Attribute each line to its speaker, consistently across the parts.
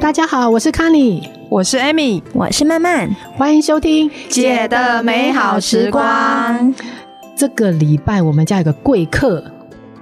Speaker 1: 大家好，我是康妮，
Speaker 2: 我是 Amy，
Speaker 3: 我是曼曼，
Speaker 1: 欢迎收听《
Speaker 2: 姐的美好时光》。
Speaker 1: 这个礼拜我们家有个贵客，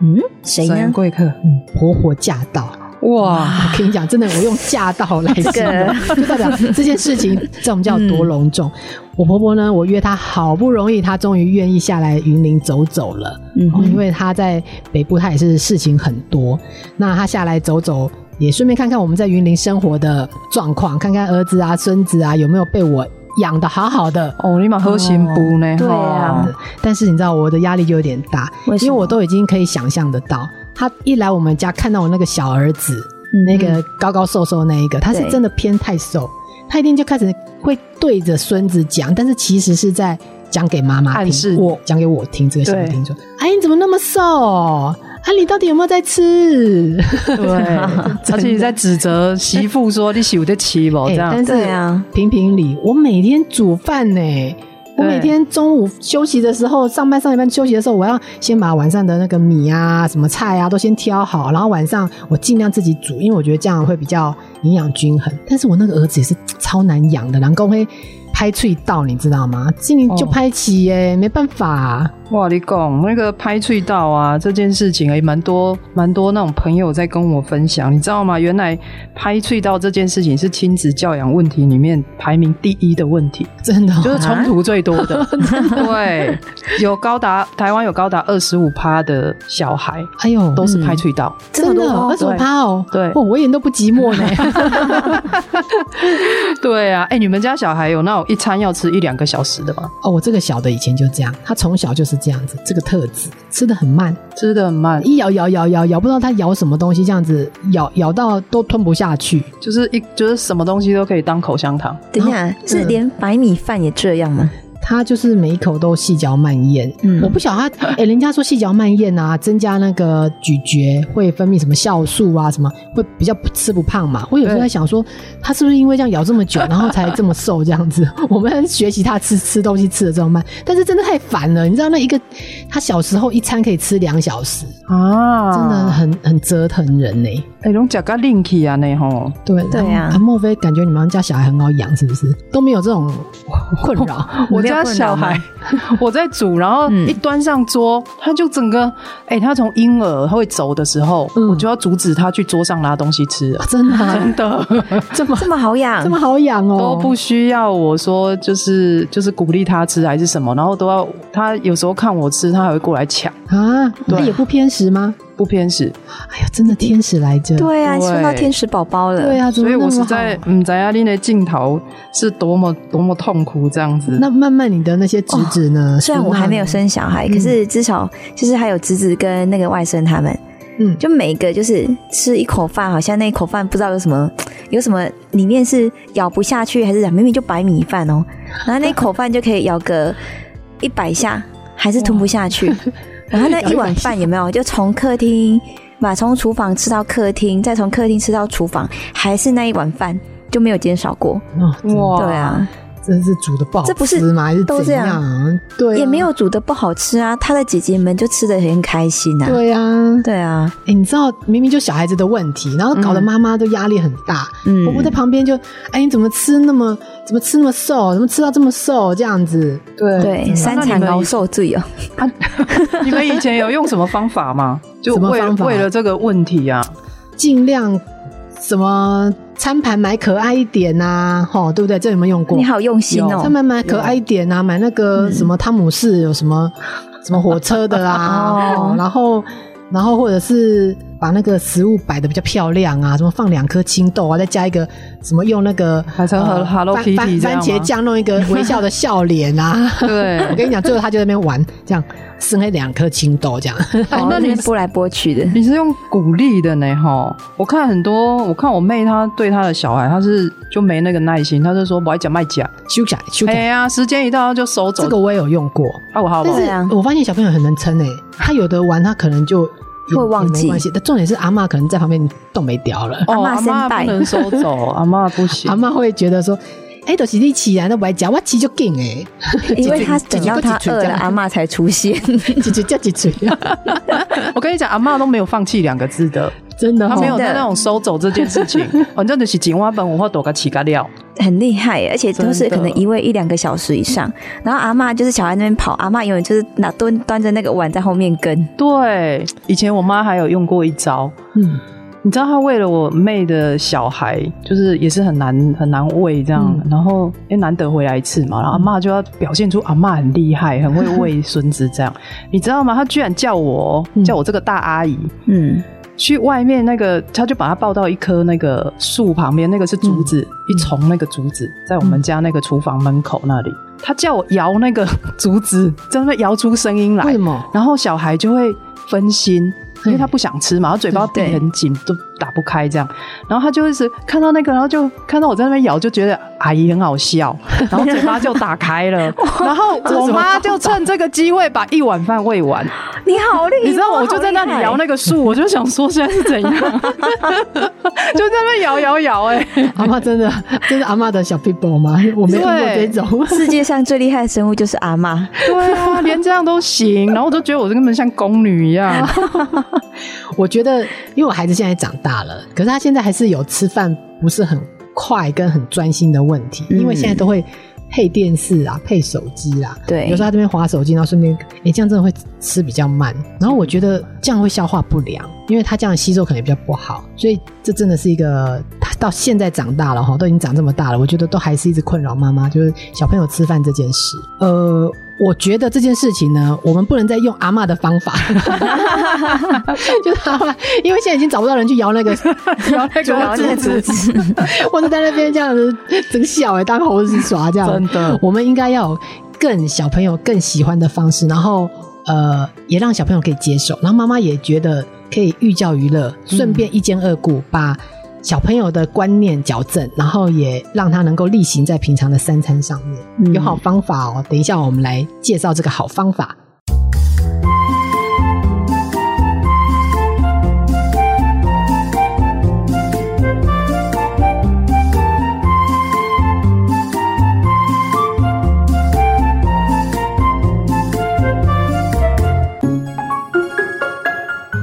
Speaker 3: 嗯，谁
Speaker 2: 谁
Speaker 3: 呢？
Speaker 2: 贵客？
Speaker 1: 嗯，活活嫁到。
Speaker 2: 哇，
Speaker 3: 啊
Speaker 1: 我跟你讲，真的，我用嫁到来形容，就代表这件事情在我们家有多隆重。我婆婆呢，我约她好不容易，她终于愿意下来云林走走了。
Speaker 3: 嗯
Speaker 1: 哦，因
Speaker 3: 哼，
Speaker 1: 为她在北部，她也是事情很多。那她下来走走，也顺便看看我们在云林生活的状况，看看儿子啊、孙子啊有没有被我养的好好的。
Speaker 2: 哦，你蛮好心不呢？
Speaker 3: 对啊
Speaker 2: 吼，
Speaker 1: 但是你知道我的压力就有点大，
Speaker 3: 为什
Speaker 1: 因为
Speaker 3: 么
Speaker 1: 我都已经可以想象得到，他一来我们家看到我那个小儿子，
Speaker 3: 嗯
Speaker 1: 那 个高高瘦瘦那一个，他是
Speaker 3: 对
Speaker 1: 真的偏太瘦，他一定就开始会对着孙子讲，但是其实是在讲给妈妈
Speaker 2: 暗示
Speaker 1: 听，我讲给我听，这个小
Speaker 2: 对
Speaker 1: 听说，哎，你怎么那么瘦？啊，你到底有没有在吃？
Speaker 2: 对，
Speaker 3: 啊
Speaker 2: 而且 你在指责媳妇说你媳妇在欺负这
Speaker 1: 哎
Speaker 2: 样
Speaker 1: 但，
Speaker 3: 对
Speaker 1: 是
Speaker 3: 啊，
Speaker 1: 评评理，我每天煮饭呢、我
Speaker 2: 对
Speaker 1: 每天中午休息的时候，上班上一班休息的时候，我要先把晚上的那个米啊、什么菜啊都先挑好，然后晚上我尽量自己煮，因为我觉得这样会比较营养均衡。 但是我那个儿子也是超难养的，然后会拍脆到，你知道吗？今年就
Speaker 2: 哦
Speaker 1: 拍起耶、没办法、
Speaker 2: 哇，你讲那个拍醉道啊这件事情，也蛮多蛮多那种朋友在跟我分享，你知道吗？原来拍醉道这件事情是亲子教养问题里面排名第一的问题。
Speaker 1: 真的哦、
Speaker 2: 就是冲突最多的，啊 对，有高达台湾有高达二十五趴的小孩
Speaker 1: 哎呦，
Speaker 2: 都是
Speaker 1: 嗯
Speaker 2: 拍脆道，
Speaker 1: 真的二十五趴哦，
Speaker 2: 对
Speaker 1: 哦，我一点都不寂寞 呢。
Speaker 2: 对啊，哎、你们家小孩有那种一餐要吃一两个小时的吗？
Speaker 1: 哦，我这个小的以前就这样，他从小就是这样子，这个特质吃的很慢，
Speaker 2: 吃的很慢，
Speaker 1: 一咬咬咬咬咬，不知道它咬什么东西，这样子咬咬到都吞不下去。
Speaker 2: 就是一就是什么东西都可以当口香糖。
Speaker 3: 等一下，是连白米饭也这样吗？
Speaker 1: 它就是每一口都细嚼慢咽。
Speaker 3: 嗯
Speaker 1: 我不晓得它，哎、人家说细嚼慢咽啊，增加那个咀嚼会分泌什么酵素啊，什么会比较不吃不胖嘛。我有时候
Speaker 2: 对
Speaker 1: 在想说，它是不是因为这样咬这么久，然后才这么瘦这样子？ 我们学习它吃吃东西吃的这么慢，但是真的太烦了。你知道那一个，他小时候一餐可以吃两小时，
Speaker 2: 啊，
Speaker 1: 真的很很折腾人呢、
Speaker 2: 哎，拢食个 link 啊呢 吼，
Speaker 1: 对
Speaker 3: 对啊
Speaker 1: 啊，莫非感觉你们家小孩很好养，是不是？都没有这种困 扰？
Speaker 2: 我
Speaker 3: 没有
Speaker 2: 家
Speaker 3: 困
Speaker 2: 小
Speaker 3: 扰吗
Speaker 2: 孩 我在煮，然后
Speaker 3: 嗯
Speaker 2: 一端上桌，他就整个，哎、他从婴儿会走的时候，
Speaker 1: 嗯
Speaker 2: 我就要阻止他去桌上拿东西吃了
Speaker 1: 啊真的 啊、
Speaker 2: 真的
Speaker 1: 这么
Speaker 3: 这么好养
Speaker 1: 这，么好养哦？
Speaker 2: 都不需要我说，就是就是鼓励他吃还是什么，然后都要他有时候看我吃，他还会过来抢，
Speaker 1: 啊，那也不偏食吗？
Speaker 2: 不偏食。
Speaker 1: 哎呦，真的天使来着。
Speaker 3: 对啊，
Speaker 2: 对
Speaker 3: 生到天使宝宝了，
Speaker 1: 对，啊，怎么
Speaker 2: 所以
Speaker 1: 那么好
Speaker 2: 我是在嗯，在阿丽的镜头是多么多么痛苦这样子。
Speaker 1: 那慢慢你的那些侄子呢？
Speaker 3: 哦虽然我还没有生小孩，可是至少就是还有侄子跟那个外甥他们，
Speaker 1: 嗯
Speaker 3: 就每个就是吃一口饭，好像那一口饭不知道有什么，有什么里面是咬不下去，还是明明就白米饭哦，然后那一口饭就可以咬个一百下，还是吞不下去。然后那一碗饭有没有就从客厅把从厨房吃到客厅，再从客厅吃到厨房，还是那一碗饭就没有减少过？
Speaker 1: 哦，真的
Speaker 2: 哇
Speaker 3: 对啊，
Speaker 1: 真是煮的不好
Speaker 3: 这不是
Speaker 1: 吃吗？还是
Speaker 3: 都
Speaker 1: 怎
Speaker 3: 这样
Speaker 1: 样？对啊，
Speaker 3: 也没有煮的不好吃啊，他的姐姐们就吃的很开心啊。
Speaker 1: 对啊。
Speaker 3: 对啊，
Speaker 1: 哎，你知道明明就小孩子的问题，然后搞得妈妈都压力很大。
Speaker 3: 嗯
Speaker 1: 婆婆在旁边就，哎，你怎么吃那么怎么吃那么瘦，怎么吃到这么瘦这样子？
Speaker 2: 对
Speaker 3: 对，三
Speaker 2: 那你
Speaker 3: 餐
Speaker 2: 们
Speaker 3: 熬受罪哦。
Speaker 2: 你们以前有用什么方 法吗？就
Speaker 1: 什么
Speaker 2: 为
Speaker 1: 方法
Speaker 2: 为了这个问题啊，
Speaker 1: 尽量什么餐盘买可爱一点呐、啊，吼，对不对？这有没有用过？
Speaker 3: 你好用心
Speaker 2: 有
Speaker 3: 哦
Speaker 1: 餐。盘买可爱一点
Speaker 2: 嗯
Speaker 1: 啊，买那个什么汤姆士有什么什么火车的 啊，
Speaker 3: 哦
Speaker 1: 吼然后然后或者是把那个食物摆的比较漂亮啊，什么放两颗青豆啊，再加一个什么用那个呃
Speaker 2: 还成和 Hello
Speaker 1: 番
Speaker 2: Kitty
Speaker 1: 番
Speaker 2: 这
Speaker 1: 番
Speaker 2: 样吗
Speaker 1: 茄酱弄一个微笑的笑脸 啊。
Speaker 2: 对
Speaker 1: 我跟你讲，最后他就在那边玩，这样生了两颗青豆 这样。
Speaker 3: 哦
Speaker 2: 那你
Speaker 3: 就是拨来拨去的，
Speaker 2: 你是用鼓励的呢，哈！我看很多，我看我妹她对她的小孩，她是就没那个耐心，她就说不爱讲卖讲，
Speaker 1: 修改修
Speaker 2: 哎
Speaker 1: 改，
Speaker 2: 呀，时间一到她就收走，
Speaker 1: 这个我也有用过。
Speaker 2: 啊，我好不好？
Speaker 3: 对啊
Speaker 1: 但是我发现小朋友很能撑诶、他有的玩，他可能就也
Speaker 3: 会忘
Speaker 1: 也
Speaker 3: 记
Speaker 1: 没关系，但重点是阿嬷可能在旁边动没掉了，
Speaker 2: 哦，
Speaker 3: 阿
Speaker 2: 阿
Speaker 3: 嬷先
Speaker 2: 妈
Speaker 3: 拜
Speaker 2: 不能收 走，阿妈不行
Speaker 1: 阿。嬷会觉得说。哎，都是你起来都不爱讲，我起就劲欸诶，
Speaker 3: 因为他等到他饿了，阿妈才出现。
Speaker 1: 一嘴叫一嘴，
Speaker 2: 我跟你讲，阿妈都没有放弃两个字的，
Speaker 1: 真的
Speaker 2: 他
Speaker 1: 哦
Speaker 2: 没有
Speaker 3: 真的
Speaker 2: 在那种收走这件 事情，哦反正就是井蛙本文化躲个乞丐料，
Speaker 3: 很厉害耶，而且都是
Speaker 2: 真的
Speaker 3: 可能一位一两个小时以上。然后阿嬷就是小孩那边跑，阿嬷永远就是拿端端着那个碗在后面跟。
Speaker 2: 对，以前我妈还有用过一招，
Speaker 1: 嗯，
Speaker 2: 你知道她为了我妹的小孩，就是也是很难很难喂这样，
Speaker 1: 嗯
Speaker 2: 然后因为难得回来一次嘛，然后阿妈就要表现出阿妈很厉害，很会喂孙子这样，你知道吗？她居然叫我
Speaker 1: 嗯
Speaker 2: 叫我这个大阿姨。
Speaker 3: 嗯，
Speaker 2: 去外面那个，她就把她抱到一棵那个树旁边，那个是竹子，一丛那个竹子，在我们家那个厨房门口那里，她叫我摇那个竹子，真的摇出声音来
Speaker 1: 为。什么？
Speaker 2: 然后小孩就会分心，因为他
Speaker 1: 嗯
Speaker 2: 不想吃嘛，然后嘴巴闭
Speaker 3: 对
Speaker 2: 很紧，都打不开这样。然后他就一直看到那个，然后就看到我在那边咬，就觉得阿姨很好笑，然后嘴巴就打开了。然后我妈就趁这个机会把一碗饭喂完，
Speaker 3: 你好厉害，
Speaker 2: 你知道我就在那里摇那个树，我就想说现在是怎样，就 在那边摇摇摇，哎，
Speaker 1: 阿妈真的，真的阿妈的小 people 吗？我没有遇过这
Speaker 2: 对
Speaker 1: 种。
Speaker 3: 世界上最厉害的生物就是阿嬷。
Speaker 2: 对啊， 连这样都行。然后我都觉得我根本像宫女一样，
Speaker 1: 我觉得，因为我孩子现在长大了，可是他现在还是有吃饭不是很快跟很专心的问题，
Speaker 3: 嗯
Speaker 1: 因为现在都会配电视啊、配手机啦、
Speaker 3: 对
Speaker 1: 有时候他这边划手机，然后顺便，哎、这样真的会吃比较慢。然后我觉得这样会消化不良，因为他这样吸收可能也比较不好，所以这真的是一个他到现在长大了哈，都已经长这么大了，我觉得都还是一直困扰妈妈，就是小朋友吃饭这件事。呃，我觉得这件事情呢，我们不能再用阿嬷的方法， 就是阿嬷，因为现在已经找不到人去摇那个摇 那
Speaker 3: 摇那个
Speaker 1: 竹子， 或者在那边这样子整小哎、当猴子耍这样，
Speaker 2: 真的
Speaker 1: 我们应该要有更小朋友更喜欢的方式，然后呃，也让小朋友可以接受，然后妈妈也觉得可以寓教于乐，顺便一兼二顾，把小朋友的观念矫正，然后也让他能够例行在平常的三餐上面。有好方法哦，等一下我们来介绍这个好方法。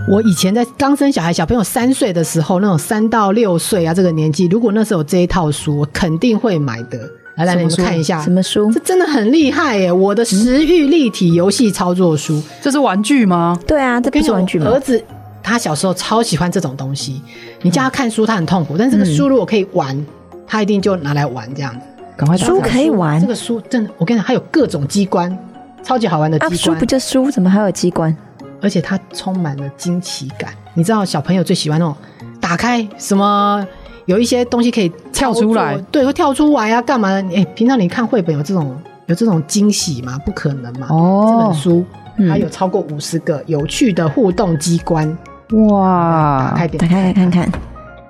Speaker 1: 我以前在刚生小孩，小朋友三岁的时候，那种三到六岁啊这个年纪，如果那时候有这一套书，我肯定会买的。来来，你们看一下
Speaker 3: 什，么书
Speaker 1: 这？真的很厉害耶！我的食欲立体游戏操作书，
Speaker 3: 嗯
Speaker 2: 这是玩具吗？
Speaker 3: 对啊，这不
Speaker 1: 跟
Speaker 3: 是玩具吗
Speaker 1: 我儿？子他小时候超喜欢这种东西，你叫他看书，他很痛苦，但是这
Speaker 3: 嗯
Speaker 1: 个书如果可以玩，他一定就拿来玩这样子。
Speaker 2: 赶快
Speaker 3: 书可以玩
Speaker 1: 这个书真的，我跟你讲，它有各种机关，超级好玩的
Speaker 3: 啊，
Speaker 1: 机
Speaker 3: 书
Speaker 1: 关
Speaker 3: 不，就书，怎么还有机关？
Speaker 1: 而且它充满了惊奇感。你知道小朋友最喜欢那种打开什么？有一些东西可以
Speaker 2: 跳
Speaker 1: 操作
Speaker 2: 出来，
Speaker 1: 对，会跳出来啊，干嘛的？哎、平常你看绘本有这种有这种惊喜吗？不可能嘛！这
Speaker 2: 哦
Speaker 1: 本书
Speaker 3: 嗯
Speaker 1: 它有超过五十个有趣的互动机关，打
Speaker 2: 哇，
Speaker 1: 开点
Speaker 3: 打开来看看。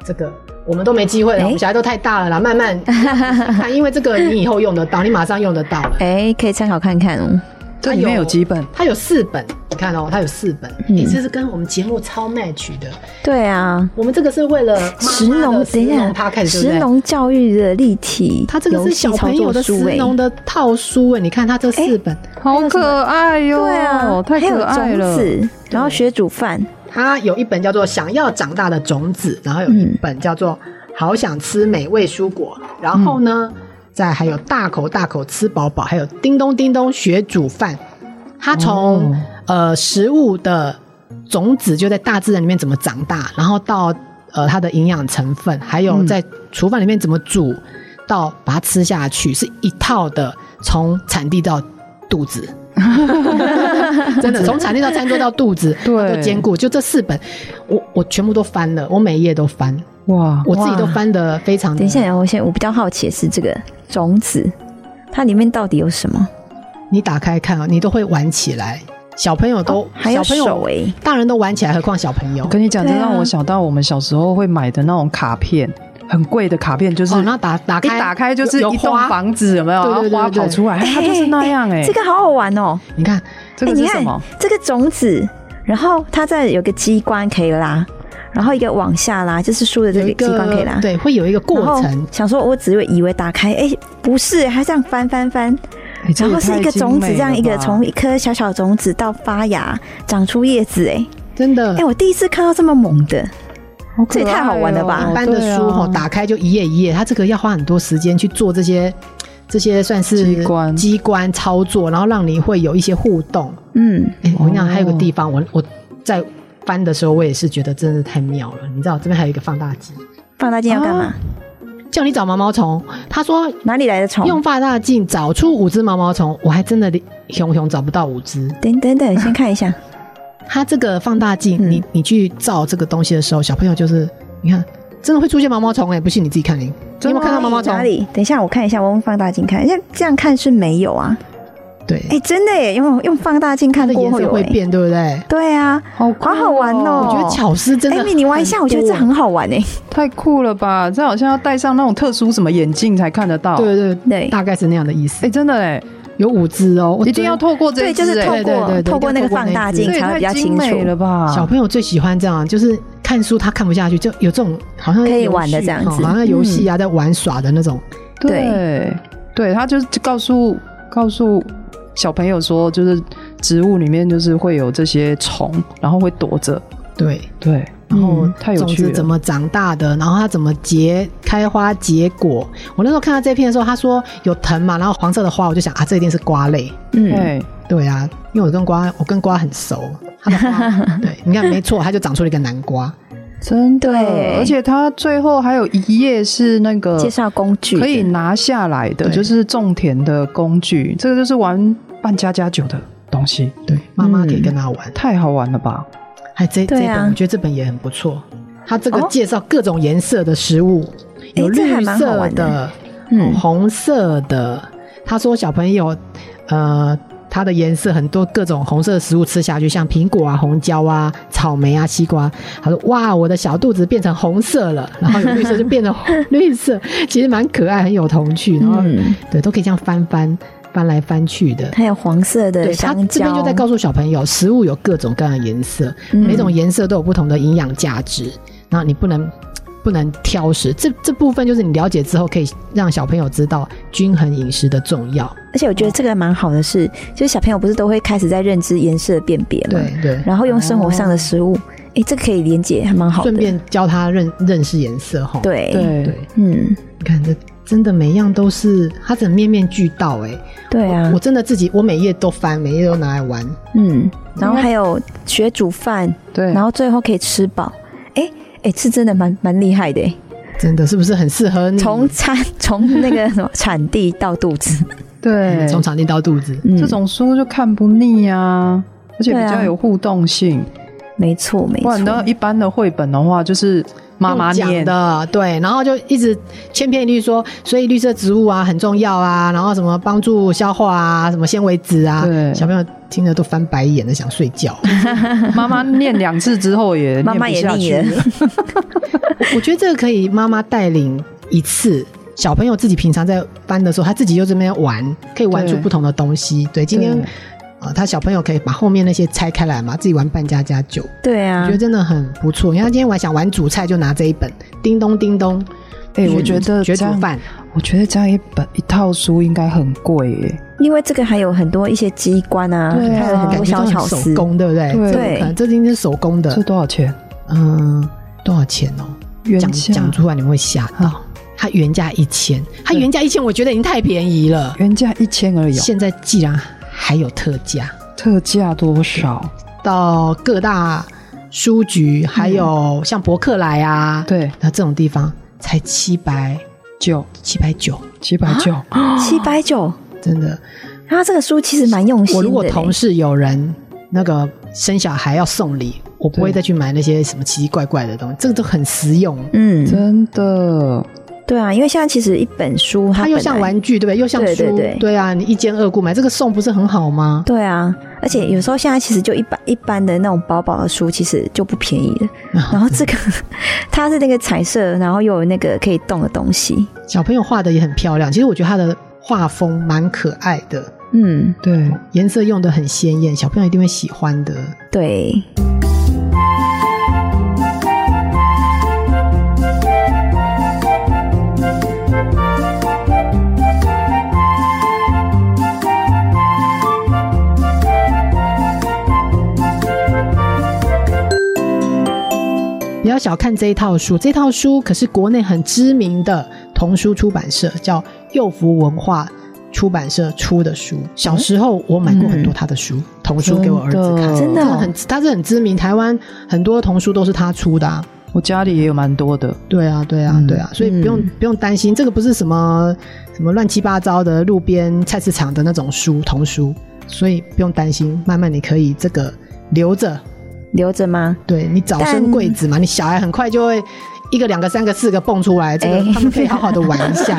Speaker 1: 这个我们都没机会了，
Speaker 3: 哎
Speaker 1: 我们小孩都太大了 啦，慢慢看，因为这个你以后用得到，你马上用得到 了。
Speaker 3: 哎，可以参考看看哦。
Speaker 2: 这里面有几本？
Speaker 1: 它有四本，你看哦，它有四本，
Speaker 3: 嗯
Speaker 1: 你、这是跟我们节目超 match 的。
Speaker 3: 对啊，
Speaker 1: 我们这个是为了
Speaker 3: 石
Speaker 1: 妈妈
Speaker 3: 农
Speaker 1: 的
Speaker 3: 等
Speaker 1: 石
Speaker 3: 一
Speaker 1: 农
Speaker 3: 下，
Speaker 1: 他开始，对
Speaker 3: 石
Speaker 1: 不对？
Speaker 3: 农教育的立体，
Speaker 1: 它这个是小朋友的石
Speaker 3: 书哎，
Speaker 1: 农的套书哎，你看它这四本，
Speaker 2: 好可爱哟、
Speaker 3: 对啊，
Speaker 2: 太可爱了
Speaker 3: 还有。种子，然后学煮饭，
Speaker 1: 它有一本叫做《想要长大的种子》，然后有一本叫做《好想吃美味蔬果》，然后呢，再还有大口大口吃饱饱，还有叮咚叮咚学煮饭。它从、
Speaker 2: 哦
Speaker 1: 呃食物的种子就在大自然里面怎么长大，然后到呃它的营养成分，还有在厨房里面怎么煮，到把它吃下去，是一套的，从产地到肚子。真的，从产地到餐桌到肚子，
Speaker 2: 对
Speaker 1: 都兼顾。就这四本，我我全部都翻了，我每一页都翻，
Speaker 2: 哇，
Speaker 1: 我自己都翻的非常的。
Speaker 3: 等一下，我先我比较好奇的是这个种子，它里面到底有什么？
Speaker 1: 你打开看啊，你都会玩起来。小朋友都，
Speaker 3: 还有
Speaker 1: 小朋友，
Speaker 3: 手哎、
Speaker 1: 大人都玩起来，何况小朋友
Speaker 2: 我？跟你讲，
Speaker 3: 对
Speaker 2: 这
Speaker 3: 啊
Speaker 2: 让我想到我们小时候会买的那种卡片，很贵的卡片，就是
Speaker 1: 哦，那打打
Speaker 2: 一
Speaker 1: 开，
Speaker 2: 打开就是
Speaker 1: 有
Speaker 2: 一栋，
Speaker 1: 有花
Speaker 2: 房子，有没有？
Speaker 1: 对对对
Speaker 2: 然后花
Speaker 1: 对对
Speaker 2: 跑出来，它就是那 样哎、
Speaker 3: 这个好好玩哦、
Speaker 1: 你看，
Speaker 2: 这
Speaker 3: 哎
Speaker 2: 个
Speaker 3: 你
Speaker 2: 是
Speaker 3: 看
Speaker 2: 什么？
Speaker 3: 这个种子，然后它再有个机关可以拉，然后一个往下拉，就是书的这
Speaker 1: 有一
Speaker 3: 个机关可以
Speaker 1: 个
Speaker 3: 拉。
Speaker 1: 对，会有一个
Speaker 3: 然后
Speaker 1: 过程。
Speaker 3: 想说，我只会以为打开，哎、不是，它这样翻翻翻，
Speaker 2: 哎这
Speaker 3: 然
Speaker 2: 也
Speaker 3: 后是一
Speaker 2: 太
Speaker 3: 个
Speaker 2: 精
Speaker 3: 种子，
Speaker 2: 美
Speaker 3: 这样
Speaker 2: 了
Speaker 3: 一个
Speaker 2: 吧
Speaker 3: 从一颗小小种子到发芽，长出叶子、哎、
Speaker 1: 真的嗯
Speaker 3: 哎，，我第一次看到这么猛的，
Speaker 2: 好可
Speaker 3: 这也太好玩了吧
Speaker 2: 爱哦
Speaker 1: 一般的书哈、打开就一页一页，它这个要花很多时间去做这些这些算是
Speaker 2: 机关
Speaker 1: 机关操作，然后让你会有一些互动。
Speaker 3: 嗯，
Speaker 1: 哎、我跟你讲，还有个
Speaker 2: 哦
Speaker 1: 地方，我我在翻的时候，我也是觉得真的太妙了。你知道这边还有一个放大镜，
Speaker 3: 放大镜要干
Speaker 1: 啊
Speaker 3: 嘛？
Speaker 1: 叫你找毛毛虫，他说
Speaker 3: 哪里来的虫？
Speaker 1: 用放大镜找出五只毛毛虫，我还真的熊熊找不到五只。
Speaker 3: 等等等，先看一下，
Speaker 1: 它这个放大镜，
Speaker 3: 嗯
Speaker 1: 你你去照这个东西的时候，小朋友就是你看，真的会出现毛毛虫哎、不信你自己看你， 你有没有看到毛毛虫
Speaker 3: 哪？里？等一下，我看一下，我用放大镜看，像这样看是没有啊。
Speaker 1: 对，
Speaker 3: 哎、真的耶，用用放大镜
Speaker 1: 它
Speaker 3: 看
Speaker 1: 的
Speaker 3: 过
Speaker 1: 颜
Speaker 3: 后
Speaker 1: 色
Speaker 3: 有
Speaker 1: 会
Speaker 3: 哎。
Speaker 1: 变，对不对？
Speaker 3: 对啊，
Speaker 2: 好
Speaker 3: 好好玩哦。
Speaker 1: 我觉得巧思真的，
Speaker 3: Amy，你玩一下，我觉得这很好玩哎。
Speaker 2: 太酷了吧！这好像要戴上那种特殊什么眼镜才看得到。，
Speaker 1: 对对
Speaker 3: 对
Speaker 1: 大概是那样的意思
Speaker 2: 哎，。真的哎，
Speaker 1: 有五只哦，我
Speaker 2: 一定要
Speaker 1: 觉
Speaker 2: 透过这
Speaker 3: 对，
Speaker 2: 一
Speaker 3: 就
Speaker 2: 只
Speaker 3: 是
Speaker 2: 哎
Speaker 3: 透
Speaker 1: 对对
Speaker 3: 过
Speaker 1: 对
Speaker 3: 透过那个
Speaker 1: 一定要透过
Speaker 3: 放大
Speaker 1: 那
Speaker 3: 镜
Speaker 1: 一
Speaker 2: 这也
Speaker 3: 才会比较
Speaker 2: 太精
Speaker 3: 清楚
Speaker 2: 美了吧！
Speaker 1: 得小朋友最喜欢这样，就是看书他看不下去，就有这种好像
Speaker 3: 可以
Speaker 1: 游戏
Speaker 3: 玩的这样子
Speaker 1: 哦好像游戏啊，在玩耍的那种。
Speaker 2: 对对，他就是告诉告诉小朋友说，就是植物里面就是会有这些虫，然后会躲着。
Speaker 1: 对，
Speaker 2: 对，
Speaker 3: 嗯
Speaker 2: 然后太有
Speaker 1: 种
Speaker 2: 趣
Speaker 1: 子
Speaker 2: 了。
Speaker 1: 嗯怎么长大的，然后它怎么结开花结果。我那时候看到这篇的时候，他说有藤嘛，然后黄色的花，我就想啊，这一定是瓜类。
Speaker 3: 嗯，
Speaker 2: 对，
Speaker 1: 对啊，因为我跟瓜，我跟瓜很熟，它的花，对，你看没错，它就长出了一个南瓜。
Speaker 2: 真的
Speaker 3: 对，
Speaker 2: 而且他最后还有一页是那个
Speaker 3: 呃介绍工具
Speaker 2: 可以拿下来的，
Speaker 1: 对
Speaker 2: 就是种田的工具。这个就是玩扮家家酒的东西，
Speaker 1: 对，妈妈可以跟他玩。
Speaker 2: 太好玩了吧！
Speaker 1: 还哎这、这
Speaker 3: 对啊
Speaker 1: 本，我觉得这本也很不错。它这个
Speaker 3: 哦哎
Speaker 1: 介绍各种颜色的食物，有
Speaker 3: 这还
Speaker 1: 绿
Speaker 3: 蛮好
Speaker 1: 色
Speaker 3: 玩的嗯
Speaker 1: 嗯，红色的。他说小朋友，呃，它的颜色很多，各种红色的食物吃下去，像苹果啊、红椒啊、草莓啊、西瓜。他说哇，我的小肚子变成红色了，然后有绿色就变成 绿色，其实蛮可爱，很有童趣，然后、
Speaker 3: 嗯，
Speaker 1: 对都可以这样翻翻翻来翻去的。
Speaker 3: 还有黄色的
Speaker 1: 对，他
Speaker 3: 香
Speaker 1: 这
Speaker 3: 蕉，
Speaker 1: 边就在告诉小朋友，食物有各种各样的颜色，
Speaker 3: 嗯
Speaker 1: 每种颜色都有不同的营养价值，然后你不能不能挑食。这这部分就是你了解之后，可以让小朋友知道均衡饮食的重要。
Speaker 3: 而且我觉得这个蛮好的是，就是小朋友不是都会开始在认知颜色的辨别嘛，
Speaker 1: 对对，
Speaker 3: 然后用生活上的食物，哎、这个可以连接，还蛮好的。
Speaker 1: 顺便教他认认识颜色哈。
Speaker 3: 对，
Speaker 2: 对
Speaker 1: 对，
Speaker 3: 嗯，
Speaker 1: 你看这真的每样都是，它真的面面俱到哎、
Speaker 3: 对啊
Speaker 1: 我，真的自己我每页都翻，每页都拿来玩。
Speaker 3: 嗯，然后还有学煮饭，
Speaker 2: 对，
Speaker 3: 然后最后可以吃饱，哎、哎、是真的蛮蛮厉害的诶，
Speaker 1: 真的是不是很适合你？
Speaker 3: 从产从那个什么产地到肚子，
Speaker 2: 对，
Speaker 1: 嗯从场地到肚子，
Speaker 3: 嗯，
Speaker 2: 这种书就看不腻啊，而且
Speaker 3: 对
Speaker 2: 比
Speaker 3: 啊
Speaker 2: 较有互动性。
Speaker 3: 嗯没错没
Speaker 2: 不然呢
Speaker 3: 错，，
Speaker 2: 一般的绘本的话，就是妈妈
Speaker 1: 用
Speaker 2: 念
Speaker 1: 讲，的，对，然后就一直千篇一律说，所以绿色植物啊很重要啊，然后什么帮助消化啊，什么纤维质啊，
Speaker 2: 对
Speaker 1: 小朋友听着都翻白眼的想睡觉。
Speaker 2: 妈妈念两次之后也
Speaker 3: 妈妈也
Speaker 2: 念不下
Speaker 3: 腻
Speaker 2: 去
Speaker 3: 了，
Speaker 1: 我觉得这个可以妈妈带领一次。小朋友自己平常在翻的时候，他自己就这边玩，可以玩出
Speaker 2: 对
Speaker 1: 不同的东西。对，今天
Speaker 2: 对
Speaker 1: 啊、呃他小朋友可以把后面那些拆开来嘛，自己玩扮家家酒，我
Speaker 3: 对
Speaker 2: 嗯
Speaker 3: 啊
Speaker 1: 觉得，真的很不错。因为他今天玩想玩煮菜，就拿这一本《叮咚叮咚》。
Speaker 2: 哎我觉得
Speaker 1: 学煮
Speaker 2: 这样
Speaker 1: 饭，
Speaker 2: 我觉得这样一本一套书应该很贵耶。
Speaker 3: 因为这个还有很多一些机关啊，
Speaker 2: 对啊
Speaker 3: 还有很
Speaker 1: 感
Speaker 3: 多
Speaker 1: 觉
Speaker 3: 小
Speaker 1: 都
Speaker 3: 巧
Speaker 1: 很
Speaker 3: 思
Speaker 1: 手，工，对不对？
Speaker 2: 对
Speaker 1: 这不可能这应该是手工
Speaker 2: 这
Speaker 1: 的。
Speaker 2: 多少钱？
Speaker 1: 嗯，多少钱哦？
Speaker 2: 原
Speaker 1: 讲
Speaker 2: 价啊
Speaker 1: 讲出来你们会吓到。它原价一千，它原价一千，我觉得已经太便宜了。
Speaker 2: 原价一千而已哦，
Speaker 1: 现在既然还有特价，
Speaker 2: 特价多少？
Speaker 1: 到各大书局，还有像博客来啊，，
Speaker 2: 对，
Speaker 1: 那这种地方才七百
Speaker 2: 九
Speaker 1: 七百九，
Speaker 2: 七百九，
Speaker 3: 七百九。
Speaker 1: 真的。
Speaker 3: 然后这个书其实蛮用心的
Speaker 1: 我
Speaker 3: 嘞，
Speaker 1: 如果同事有人那个生小孩要送礼，我不会
Speaker 2: 对
Speaker 1: 再去买那些什么奇奇怪怪的东西，这个都很实用。
Speaker 3: 嗯，
Speaker 2: 真的。
Speaker 3: 对啊，因为现在其实一本书它
Speaker 1: 它又
Speaker 3: 本来
Speaker 1: 像，玩具，对不对？又像
Speaker 3: 对
Speaker 1: 书，
Speaker 3: 对对
Speaker 1: 啊，你一兼二顾买这个送不是很好吗？
Speaker 3: 对啊，而且有时候现在其实就一般一般的那种薄薄的书，其实就不便宜了。然后这个 它是那个彩色，然后又有那个可以动的东西，
Speaker 1: 小朋友画的也很漂亮，其实我觉得他的画风蛮可爱的，
Speaker 3: 嗯，
Speaker 2: 对，
Speaker 1: 颜色用的很鲜艳，小朋友一定会喜欢的。
Speaker 3: 对，
Speaker 1: 不要小看这一套书，这套书可是国内很知名的童书出版社，叫幼福文化出版社出的书。小时候我买过很多他的书，童书给我儿子看，
Speaker 3: 嗯真的哦
Speaker 1: 很他是很知名，台湾很多童书都是他出的、啊。
Speaker 2: 我家里也有蛮多的，
Speaker 1: 对啊，对啊，
Speaker 2: 嗯
Speaker 1: 对啊，所以不用、不用担心，这个不是什么什么乱七八糟的路边菜市场的那种书童书，所以不用担心，慢慢你可以这个留着，
Speaker 3: 留着吗？
Speaker 1: 对你早
Speaker 3: 但
Speaker 1: 生贵子嘛，你小孩很快就会一个、两个、三个、四个蹦出来，这个
Speaker 3: 哎
Speaker 1: 他们可以好好的玩一下。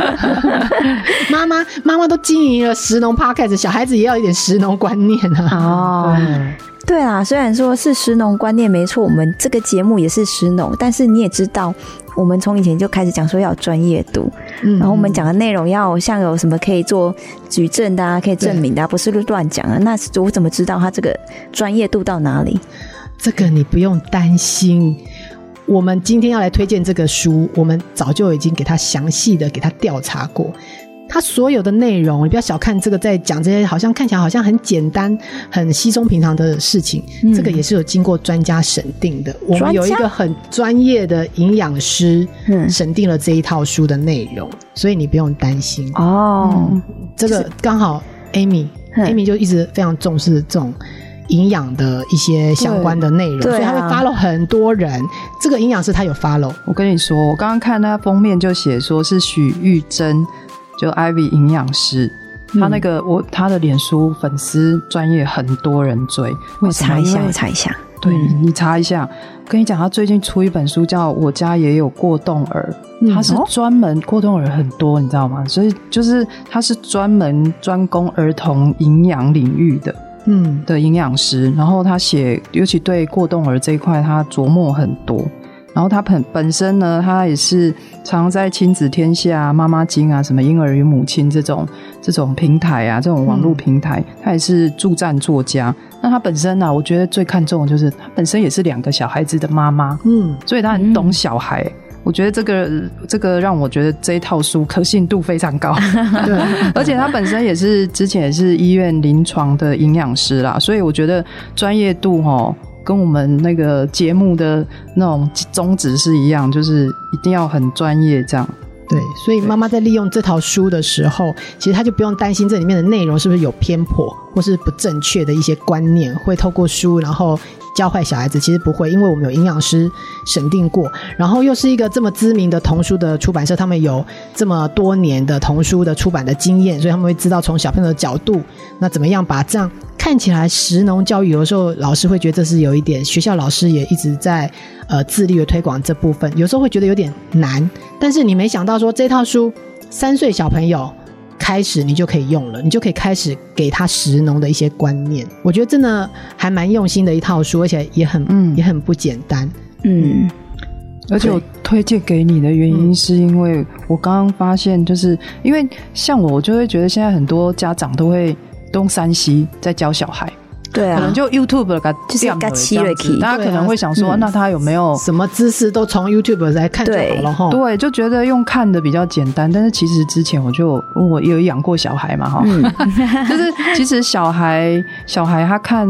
Speaker 1: 妈妈妈妈都经营了食农 podcast，小孩子也要一点食农观念啊。
Speaker 3: 哦，对啦，虽然说是食农观念没错，我们这个节目也是食农，但是你也知道，我们从以前就开始讲说要有专业度，
Speaker 1: 嗯
Speaker 3: 然后我们讲的内容要像有什么可以做举证的啊，可以证明的、啊，不是乱讲啊。那我怎么知道他这个专业度到哪里？
Speaker 1: 这个你不用担心。我们今天要来推荐这个书，我们早就已经给他详细的给他调查过，它所有的内容，你不要小看这个，在讲这些好像看起来好像很简单、很稀松平常的事情，
Speaker 3: 嗯
Speaker 1: 这个也是有经过专家审定的。我们
Speaker 3: 专家
Speaker 1: 有一个很专业的营养师
Speaker 3: 嗯
Speaker 1: 审定了这一套书的内容，所以你不用担心。
Speaker 3: 哦，
Speaker 1: 这个刚好 Amy，Amy
Speaker 3: 嗯
Speaker 1: 就一直非常重视这种营养的一些相关的内容，
Speaker 3: 对
Speaker 1: 所以她会
Speaker 3: 对啊
Speaker 1: follow 很多人。这个营养师她有 follow，
Speaker 2: 我跟你说，我刚刚看那封面就写说是许玉珍，就 Ivy 营养师。
Speaker 3: 嗯
Speaker 2: 她那个我她的脸书粉丝专业很多人追，
Speaker 3: 我
Speaker 2: 为什么
Speaker 3: 查一下，
Speaker 2: 因为
Speaker 3: 我查一下。
Speaker 2: 对你你查一下。跟你讲，她最近出一本书叫《我家也有过动儿》，
Speaker 1: 嗯
Speaker 2: 她是专门过动儿很多，你知道吗？所以就是她是专门专攻儿童营养领域的。
Speaker 1: 嗯，
Speaker 2: 的营养师，然后他写，尤其对过动儿这一块，他琢磨很多。然后他本本身呢，他也是常在亲子天下、妈妈经啊、什么婴儿与母亲这种这种平台啊，这种网络平台，他也是助战作家。那他本身呢、我觉得最看重的就是他本身也是两个小孩子的妈妈，
Speaker 1: 嗯，
Speaker 2: 所以他很懂小孩。我觉得这个这个让我觉得这一套书可信度非常高。
Speaker 1: 对，
Speaker 2: 而且他本身也是之前也是医院临床的营养师啦，所以我觉得专业度哈跟我们那个节目的那种宗旨是一样，就是一定要很专业这样。
Speaker 1: 对，
Speaker 2: 嗯
Speaker 1: 所以妈妈在利用这套书的时候，其实她就不用担心这里面的内容是不是有偏颇或是不正确的一些观念，会透过书然后教坏小孩子。其实不会，因为我们有营养师审定过，然后又是一个这么知名的童书的出版社，他们有这么多年的童书的出版的经验，所以他们会知道从小朋友的角度，那怎么样把这样看起来食农教育，有的时候老师会觉得这是有一点，学校老师也一直在呃致力于推广这部分，有时候会觉得有点难，但是你没想到说这套书三岁小朋友。开始你就可以用了，你就可以开始给他食农的一些观念。我觉得真的还蛮用心的一套书，而且也很、
Speaker 2: 嗯
Speaker 1: 也很不简单。
Speaker 3: 嗯，
Speaker 2: 而且我推荐给你的原因是因为我刚刚发现，就是因为像我，我就会觉得现在很多家长都会东山西在教小孩，
Speaker 3: 对
Speaker 2: 可能
Speaker 3: 啊，
Speaker 2: 就 YouTube 给
Speaker 3: 就是
Speaker 2: 掉了这
Speaker 3: 给
Speaker 2: 样
Speaker 3: 切下
Speaker 2: 子，
Speaker 3: 去啊
Speaker 2: 大家可能会想说，
Speaker 1: 嗯
Speaker 2: 那他有没有
Speaker 1: 什么知识都从 YouTube 来看就好了哈。
Speaker 2: 对，就觉得用看的比较简单，但是其实之前我就我有养过小孩嘛，
Speaker 1: 嗯
Speaker 2: 哈、
Speaker 3: 嗯
Speaker 2: 就是其实小孩小孩他看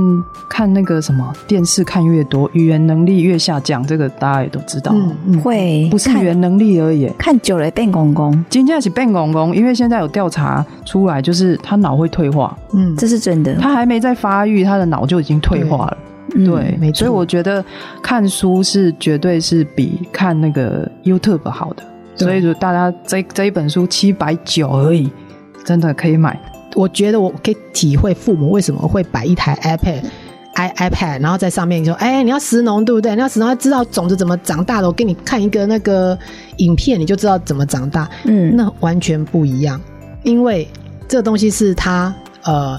Speaker 2: 看那个什么电视看越多，语言能力越下降，这个大家也都知道，
Speaker 1: 嗯嗯，
Speaker 3: 会
Speaker 2: 不是
Speaker 3: 看
Speaker 2: 语言能力而已。
Speaker 3: 看久了变公公，
Speaker 2: 今天是变公公，因为现在有调查出来，就是他脑会退化，
Speaker 1: 嗯，
Speaker 3: 这是真的。
Speaker 2: 他还没在发育，他的脑就已经退化了。
Speaker 3: 嗯
Speaker 2: 对，
Speaker 1: 没错
Speaker 2: 所以我觉得看书是绝对是比看那个 YouTube 好的。
Speaker 1: 对
Speaker 2: 所以就大家这这一本书七百九而已，真的可以买。
Speaker 1: 我觉得我可以体会父母为什么会摆一台 iPad。i iPad，然后在上面说，哎、你要食农对不对？你要食农，要知道种子怎么长大的。我给你看一个那个影片，你就知道怎么长大。
Speaker 3: 嗯，
Speaker 1: 那完全不一样，因为这个东西是他呃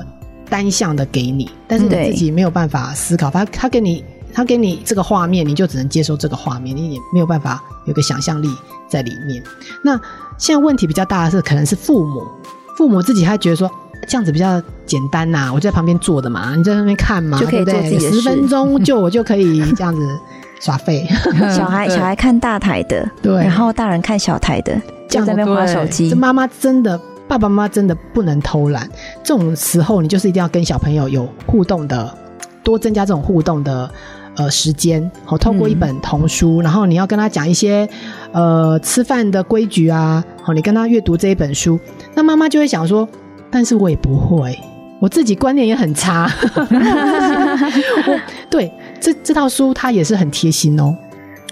Speaker 1: 单向的给你，但是你
Speaker 3: 嗯对
Speaker 1: 自己没有办法思考，他他给你他给你这个画面，你就只能接受这个画面，你也没有办法有个想象力在里面。那现在问题比较大的是，可能是父母，父母自己还觉得说。这样子比较简单呐、我就在旁边坐的嘛，你在那边看嘛，
Speaker 3: 就可
Speaker 1: 对
Speaker 3: 以
Speaker 1: 不对
Speaker 3: 做自己的
Speaker 1: 十
Speaker 3: 事
Speaker 1: 分钟就我就可以这样子耍 废，
Speaker 3: 小孩
Speaker 2: 嗯对
Speaker 3: 小孩看大台的，
Speaker 1: 对
Speaker 3: 然后大人看小台的，
Speaker 1: 这
Speaker 3: 就
Speaker 1: 样
Speaker 3: 在那边划手机
Speaker 1: 这。妈妈真的，爸爸妈妈真的不能偷懒。这种时候，你就是一定要跟小朋友有互动的，多增加这种互动的呃时间，好、透过一本童书，然后你要跟他讲一些呃吃饭的规矩啊，好、你跟他阅读这一本书，那妈妈就会想说，但是我也不会。我自己观念也很 差，我对这这套书它也是很贴心哦，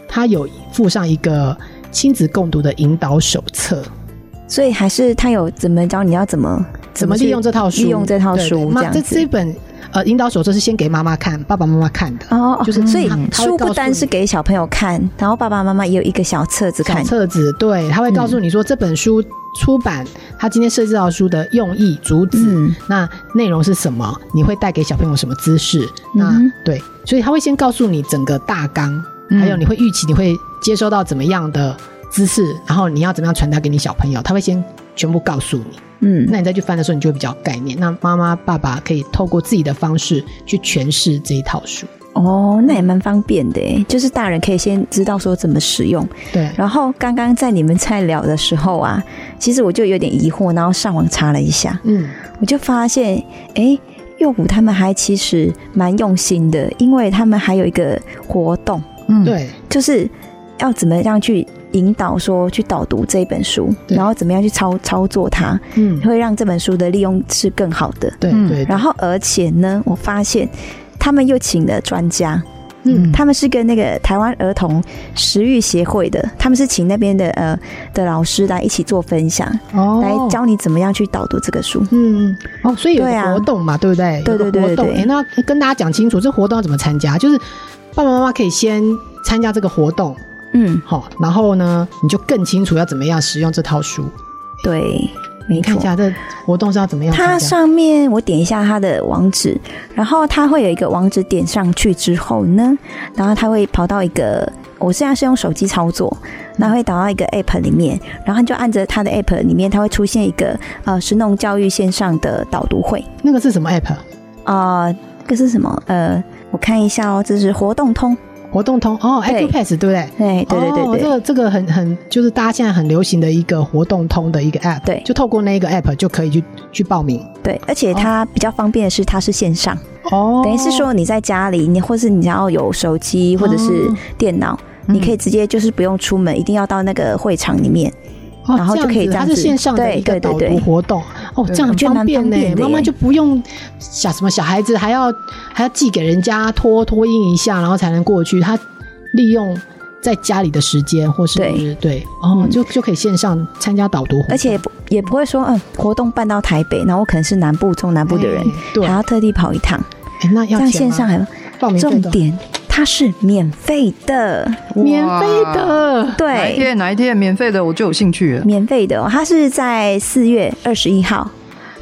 Speaker 1: 它有附上一个亲子共读的引导手册，
Speaker 3: 所以还是他有怎么教你要怎么
Speaker 1: 怎么
Speaker 3: 去
Speaker 1: 利用这套书？
Speaker 3: 利用这套
Speaker 1: 对对
Speaker 3: 书
Speaker 1: 妈
Speaker 3: 这样
Speaker 1: 这
Speaker 3: 子
Speaker 1: 这本呃引导手册是先给妈妈看、爸爸妈妈看的，
Speaker 3: 哦，哦
Speaker 1: 就是
Speaker 3: 所以
Speaker 1: 他他会
Speaker 3: 书
Speaker 1: 告诉
Speaker 3: 不单
Speaker 1: 你
Speaker 3: 是给小朋友看，然后爸爸妈妈也有一个小册子
Speaker 1: 小
Speaker 3: 看，
Speaker 1: 册子，对，他会告诉你说这本书出版，他今天设计这套书的用意、主旨，
Speaker 3: 嗯
Speaker 1: 那内容是什么，你会带给小朋友什么知识？那、
Speaker 3: 嗯哼
Speaker 1: 对，所以他会先告诉你整个大纲，
Speaker 3: 嗯
Speaker 1: 还有你会预期你会接收到怎么样的知识，然后你要怎么样传达给你小朋友，他会先全部告诉你。
Speaker 3: 嗯，
Speaker 1: 那你再去翻的时候，你就会比较有概念。那妈妈、爸爸可以透过自己的方式去诠释这一套书。
Speaker 3: 哦，那也蛮方便的耶，就是大人可以先知道说怎么使用。
Speaker 1: 对，
Speaker 3: 然后刚刚在你们在聊的时候啊，其实我就有点疑惑，然后上网查了一下，
Speaker 1: 嗯，
Speaker 3: 我就发现，哎，幼虎他们还其实蛮用心的，因为他们还有一个活动，
Speaker 2: 嗯，
Speaker 1: 对，
Speaker 3: 就是要怎么样去引导说去导读这本书，
Speaker 1: 对
Speaker 3: 然后怎么样去操操作它，
Speaker 1: 嗯，
Speaker 3: 会让这本书的利用是更好的。
Speaker 1: 对
Speaker 2: 嗯
Speaker 1: 对，
Speaker 3: 然后而且呢，我发现他们又请了专家，
Speaker 1: 嗯
Speaker 3: 他们是跟那个台湾儿童食育协会的，他们是请那边的呃的老师来一起做分享，
Speaker 1: 哦
Speaker 3: 来教你怎么样去导读这个书。
Speaker 1: 嗯，哦，所以有
Speaker 3: 对
Speaker 1: 个
Speaker 3: 啊
Speaker 1: 活动嘛，对不对？
Speaker 3: 对
Speaker 1: 有个
Speaker 3: 对对
Speaker 1: 活动
Speaker 3: 对对
Speaker 1: 诶那跟大家讲清楚，这活动要怎么参加？就是爸爸妈妈可以先参加这个活动，
Speaker 3: 嗯，
Speaker 1: 好，然后呢，你就更清楚要怎么样使用这套书。
Speaker 3: 对，
Speaker 1: 你
Speaker 3: 没
Speaker 1: 看一
Speaker 3: 错。
Speaker 1: 下这活动是要怎么样
Speaker 3: 它
Speaker 1: 参加？
Speaker 3: 上面我点一下它的网址，然后它会有一个网址点上去之后呢，然后它会跑到一个，我现在是用手机操作，那会导到一个 app 里面，然后你就按着它的 app 里面，它会出现一个呃神农教育线上的导读会，
Speaker 1: 那个是什么 app？
Speaker 3: 啊，这是什么？呃，我看一下哦，这是活动通，
Speaker 1: 活动通哦
Speaker 3: 对
Speaker 1: ，EduPass 对不对？
Speaker 3: 对对对
Speaker 1: 哦这
Speaker 3: 对、对，
Speaker 1: 个这个很很就是大家现在很流行的一个活动通的一个 app，
Speaker 3: 对
Speaker 1: 就透过那个 app 就可以去去报名
Speaker 3: 对，而且它比较方便的是，它是线上，
Speaker 1: 哦
Speaker 3: 等于是说你在家里，你或是你要有手机或者是
Speaker 1: 哦
Speaker 3: 电脑。
Speaker 2: 嗯
Speaker 3: 你可以直接就是不用出门，一定要到那个会场里面。
Speaker 1: 哦
Speaker 3: 然后就可以
Speaker 1: 这样
Speaker 3: 这样
Speaker 1: 子它
Speaker 3: 子
Speaker 1: 是线上的一个
Speaker 3: 对对
Speaker 1: 导
Speaker 3: 对
Speaker 1: 读活动哦，这样很
Speaker 3: 我觉得
Speaker 1: 方便
Speaker 3: 蛮方
Speaker 1: 呢
Speaker 3: 便，的
Speaker 1: 妈妈
Speaker 3: 耶
Speaker 1: 就不用小什么小孩子还要还要寄给人家托托印一下，然后才能过去，他利用。在家里的时间，或是
Speaker 3: 对
Speaker 1: 对哦，
Speaker 3: 嗯
Speaker 1: 就就可以线上参加导读活动，
Speaker 3: 而且也不也不会说，嗯，活动办到台北，然后我可能是南部中南部的人
Speaker 1: 哎，对
Speaker 3: 还要特地跑一趟，
Speaker 1: 哎那
Speaker 3: 这
Speaker 1: 要
Speaker 3: 样
Speaker 1: 钱
Speaker 3: 线
Speaker 1: 吗
Speaker 3: 上还
Speaker 1: 报名费
Speaker 3: 重
Speaker 1: 多少
Speaker 3: 点，它是免费 的，
Speaker 1: 免费
Speaker 2: 哇。
Speaker 1: 的，
Speaker 2: 哪一
Speaker 3: 对，
Speaker 2: 天哪一天免费的我就有兴趣了。
Speaker 3: 免费的、哦，它是在四月二十一号，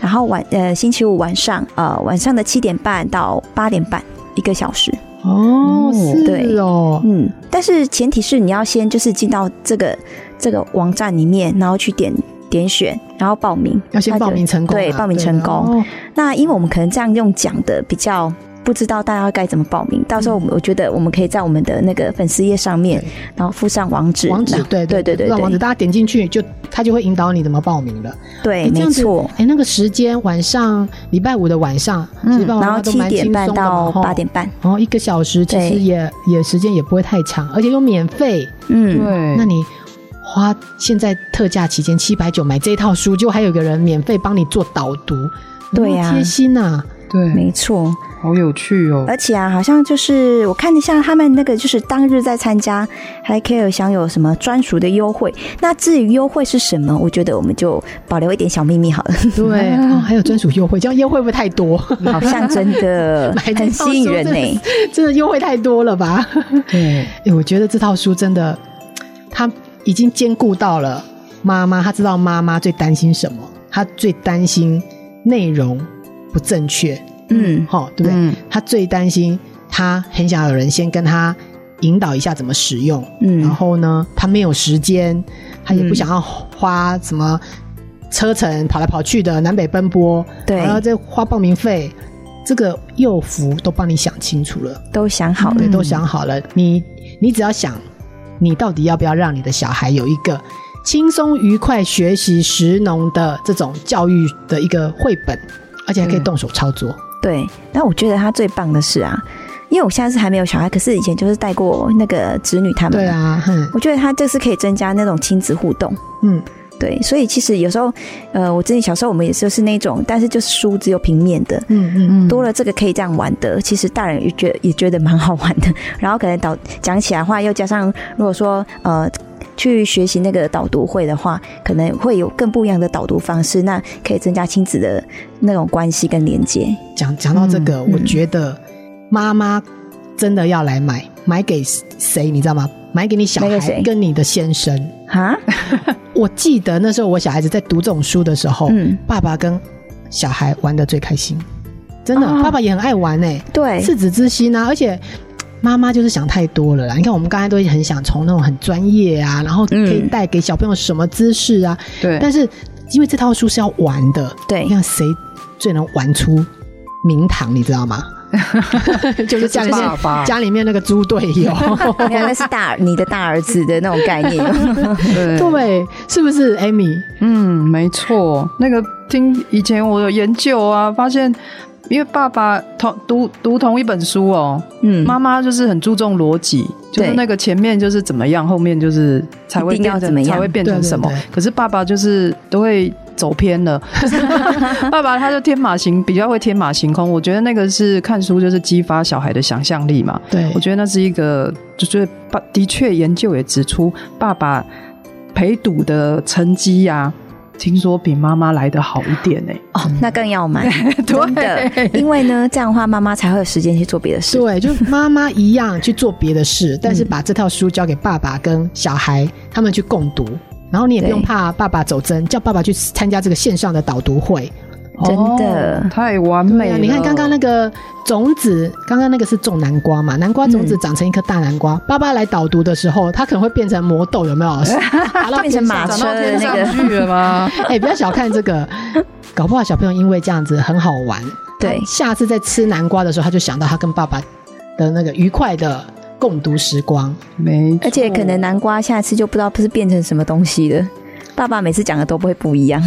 Speaker 3: 然后晚呃星期五晚上呃晚上的七点半到八点半。一个小时，
Speaker 1: 哦，是
Speaker 3: 嗯对
Speaker 1: 哦，
Speaker 3: 嗯，但是前提是你要先就是进到这个这个网站里面，然后去点点选，然后报名，
Speaker 1: 要先
Speaker 3: 那就
Speaker 1: 报名成功啊，
Speaker 3: 对，报名
Speaker 1: 的
Speaker 3: 成功。
Speaker 1: 哦
Speaker 3: 那因为我们可能这样用讲的比较不知道大家该怎么报名，到时候我们我觉得我们可以在我们的那个粉丝页上面
Speaker 1: 嗯对，
Speaker 3: 然后附上网址，
Speaker 1: 网址
Speaker 3: 那
Speaker 1: 对
Speaker 3: 对
Speaker 1: 对
Speaker 3: 对对
Speaker 1: 让网址
Speaker 3: 对，
Speaker 1: 大家点进去就他就会引导你怎么报名的。
Speaker 3: 对，
Speaker 1: 诶这
Speaker 3: 没
Speaker 1: 样子
Speaker 3: 错，嗯
Speaker 1: 哎，那个时间晚上礼拜五的晚上，其实爸爸妈
Speaker 3: 然
Speaker 1: 妈
Speaker 3: 后
Speaker 1: 都
Speaker 3: 七
Speaker 1: 蛮
Speaker 3: 点
Speaker 1: 轻
Speaker 3: 半
Speaker 1: 松的嘛
Speaker 3: 到
Speaker 1: 吼
Speaker 3: 八点半，
Speaker 1: 哦，一个小时其实
Speaker 3: 对
Speaker 1: 也也时间也不会太长，而且又免费。
Speaker 3: 嗯，
Speaker 2: 对，
Speaker 1: 那你花现在特价期间七百九买这一套书，就还有个人免费帮你做导读，
Speaker 3: 对
Speaker 1: 呀，
Speaker 3: 啊
Speaker 1: 贴心 呐。
Speaker 2: 对，
Speaker 3: 没错，
Speaker 2: 好有趣哦。
Speaker 3: 而且啊，好像就是我看一下他们那个，就是当日在参加，还可以有享有什么专属的优惠。那至于优惠是什么，我觉得我们就保留一点小秘密好 了，
Speaker 1: 对，哦还有专属优惠，这样优惠会不会太多？
Speaker 3: 好像真 的
Speaker 1: 买这
Speaker 3: 很
Speaker 1: 套书
Speaker 3: 吸引人欸
Speaker 1: 真
Speaker 3: 呢、
Speaker 1: 的真的优惠太多了吧？
Speaker 2: 对，
Speaker 1: 哎、我觉得这套书真的，它已经兼顾到了妈妈，她知道妈妈最担心什么，她最担心内容不正确，
Speaker 3: 嗯，
Speaker 1: 哈，对不对？
Speaker 2: 嗯
Speaker 1: 她最担心，她很想有人先跟她引导一下怎么使用，
Speaker 3: 嗯
Speaker 1: 然后呢，她没有时间，她也不想要花什么车程跑来跑去的南北奔波，
Speaker 3: 对
Speaker 1: 然后再花报名费，这个幼福都帮你想清楚了。
Speaker 3: 都想好了
Speaker 1: 对，。都想好了。你你只要想，你到底要不要让你的小孩有一个轻松愉快学习识农的这种教育的一个绘本，而且还可以
Speaker 2: 嗯
Speaker 1: 动手操作。
Speaker 3: 对，那我觉得他最棒的是啊，因为我现在是还没有小孩，可是以前就是带过那个侄女他们。
Speaker 1: 对，啊，哼，
Speaker 3: 我觉得它就是可以增加那种亲子互动。
Speaker 1: 嗯，
Speaker 3: 对，所以其实有时候，呃，我自己小时候我们也就是那种，但是就是书只有平面的，
Speaker 1: 嗯嗯
Speaker 2: 嗯
Speaker 3: 多了这个可以这样玩的，其实大人也觉也觉得蛮好玩的。 然后可能导讲起来的话，又加上如果说呃去学习那个导读会的话，可能会有更不一样的导读方式，那可以增加亲子的那种关系跟连接。
Speaker 1: 讲讲到这个，
Speaker 3: 嗯
Speaker 1: 我觉得妈妈真的要来买，买给谁你知道吗？买给你小
Speaker 3: 买给
Speaker 1: 孩
Speaker 3: 谁
Speaker 1: 跟你的先生。
Speaker 3: 哈，
Speaker 1: 我记得那时候我小孩子在读这种书的时候，
Speaker 2: 哦
Speaker 3: 嗯，
Speaker 1: 爸爸跟小孩玩的最开心，真的，
Speaker 3: 哦
Speaker 1: 爸爸也很爱玩哎、
Speaker 3: 对，
Speaker 1: 赤子之心啊，而且。嘖妈妈就是想太多了啦！你看，我们刚才都很想从那种很专业啊，然后可以
Speaker 3: 嗯
Speaker 1: 带给小朋友什么知识啊，
Speaker 2: 对，
Speaker 1: 但是因为这套书是要玩的，
Speaker 3: 对
Speaker 1: 你看谁最能玩出名堂，你知道吗？就是家里面
Speaker 2: 爸爸
Speaker 1: 家里面那个猪队友，
Speaker 3: 你看那哦是大你的大儿子的那种概 念。
Speaker 2: 对
Speaker 1: 对，是不是？Amy，
Speaker 2: 嗯，没错，那个听以前我有研究啊，发现因为爸爸同读读同一本书哦，
Speaker 3: 嗯，
Speaker 2: 妈妈就是很注重逻辑，就是
Speaker 3: 对
Speaker 2: 那个前面就是怎么样，后面就是才会
Speaker 3: 一定
Speaker 2: 变
Speaker 3: 要
Speaker 2: 成
Speaker 3: 怎么样
Speaker 2: 才会变成什么。
Speaker 1: 对对
Speaker 2: 可是爸爸就是都会走偏 了，爸爸他就天马行比较会天马行空。我觉得那个是看书就是激发小孩的想象力嘛。
Speaker 1: 对
Speaker 2: 我觉得那是一个，就是爸的确研究也指出，爸爸陪读的成绩呀、听说比妈妈来的好一点欸呢、
Speaker 3: 哦，那更要买，真的，
Speaker 2: 对
Speaker 3: 因为呢，这样的话妈妈才会有时间去做别的事。
Speaker 1: 对，就是妈妈一样去做别的事，但是把这套书交给爸爸跟小孩，他们去共读。然后你也不用
Speaker 3: 对
Speaker 1: 怕爸爸走针，叫爸爸去参加这个线上的导读会。
Speaker 3: 真的
Speaker 2: 哦太完美
Speaker 1: 对
Speaker 2: 了。
Speaker 1: 啊，你看刚刚那个种子，刚刚那个是种南瓜嘛，南瓜种子
Speaker 3: 嗯
Speaker 1: 长成一颗大南瓜。爸爸来导读的时候，他可能会变成魔豆，有 没有？爬到
Speaker 3: 变
Speaker 1: 天
Speaker 3: 成
Speaker 1: 上
Speaker 3: 马
Speaker 2: 长
Speaker 3: 车
Speaker 2: 到
Speaker 3: 的
Speaker 2: 天
Speaker 3: 那个
Speaker 2: 上去了 吗？
Speaker 1: 哎、不要小看这个，搞不好小朋友因为这样子很好玩，
Speaker 3: 对
Speaker 1: 下次在吃南瓜的时候，他就想到他跟爸爸的那个愉快的共读时光。
Speaker 2: 没错，
Speaker 3: 而且可能南瓜下次就不知道是变成什么东西了。爸爸每次讲的都不会不一样，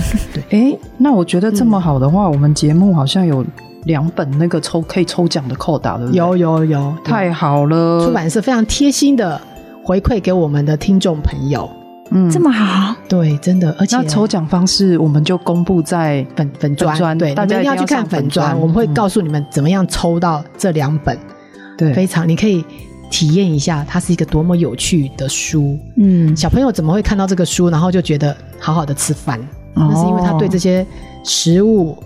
Speaker 2: 诶，那我觉得这么好的话，我们节目好像有两本那个抽可以抽奖的扣打，对不对？
Speaker 1: 有有有，
Speaker 2: 太好了，
Speaker 1: 出版社非常贴心的回馈给我们的听众朋友。
Speaker 2: 嗯
Speaker 3: 这么好，
Speaker 1: 对，真的，而且
Speaker 2: 那抽奖方式我们就公布在
Speaker 1: 粉粉砖，
Speaker 2: 粉砖
Speaker 1: 对，
Speaker 2: 大
Speaker 1: 你
Speaker 2: 家
Speaker 1: 们
Speaker 2: 一定
Speaker 1: 要
Speaker 2: 要
Speaker 1: 去看
Speaker 2: 上粉
Speaker 1: 粉砖，
Speaker 2: 砖
Speaker 1: 我们会
Speaker 2: 嗯
Speaker 1: 告诉你们怎么样抽到这两本，非
Speaker 2: 对
Speaker 1: 常你可以体验一下，它是一个多么有趣的书。
Speaker 3: 嗯，
Speaker 1: 小朋友怎么会看到这个书，然后就觉得好好的吃饭？
Speaker 2: 哦
Speaker 1: 那是因为他对这些食物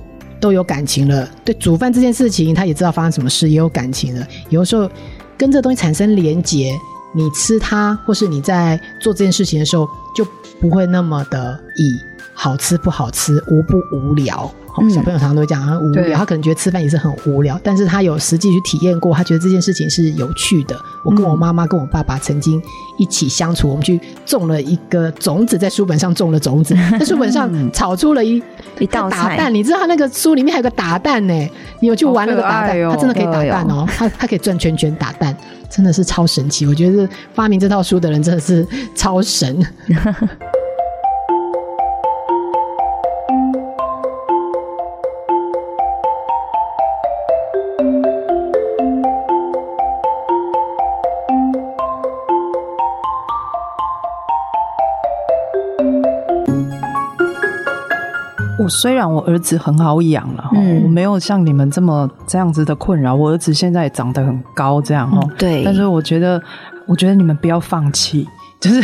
Speaker 1: 都有感情了，对煮饭这件事情他也知道发生什么事，也有感情了。有的时候跟这东西产生连结，你吃它，或是你在做这件事情的时候，就不会那么的以好吃不好吃、无不无聊。哦
Speaker 3: 嗯
Speaker 1: 小朋友常常都会讲啊很无
Speaker 2: 对
Speaker 1: 聊，他可能觉得吃饭也是很无聊，但是他有实际去体验过，他觉得这件事情是有趣的。我跟我
Speaker 2: 嗯
Speaker 1: 妈妈、跟我爸爸曾经一起相处，我们去种了一个种子，在书本上种了种 子，在书本上
Speaker 2: 嗯
Speaker 1: 炒出了一
Speaker 3: 一道
Speaker 1: 打
Speaker 3: 菜
Speaker 1: 蛋。你知道他那个书里面还有个打蛋呢，你有去玩那个打
Speaker 2: 好可
Speaker 1: 蛋？
Speaker 2: 爱哦
Speaker 1: 他真的可以打蛋哦，他他可以转圈圈打蛋，真的是超神奇。我觉得发明这套书的人真的是超神。
Speaker 2: 我虽然我儿子很好养了，
Speaker 3: 嗯
Speaker 2: 嗯、我没有像你们这么这样子的困扰。我儿子现在也长得很高，这样哦、
Speaker 3: 对
Speaker 2: 但是我觉得，我觉得你们不要放弃， 就是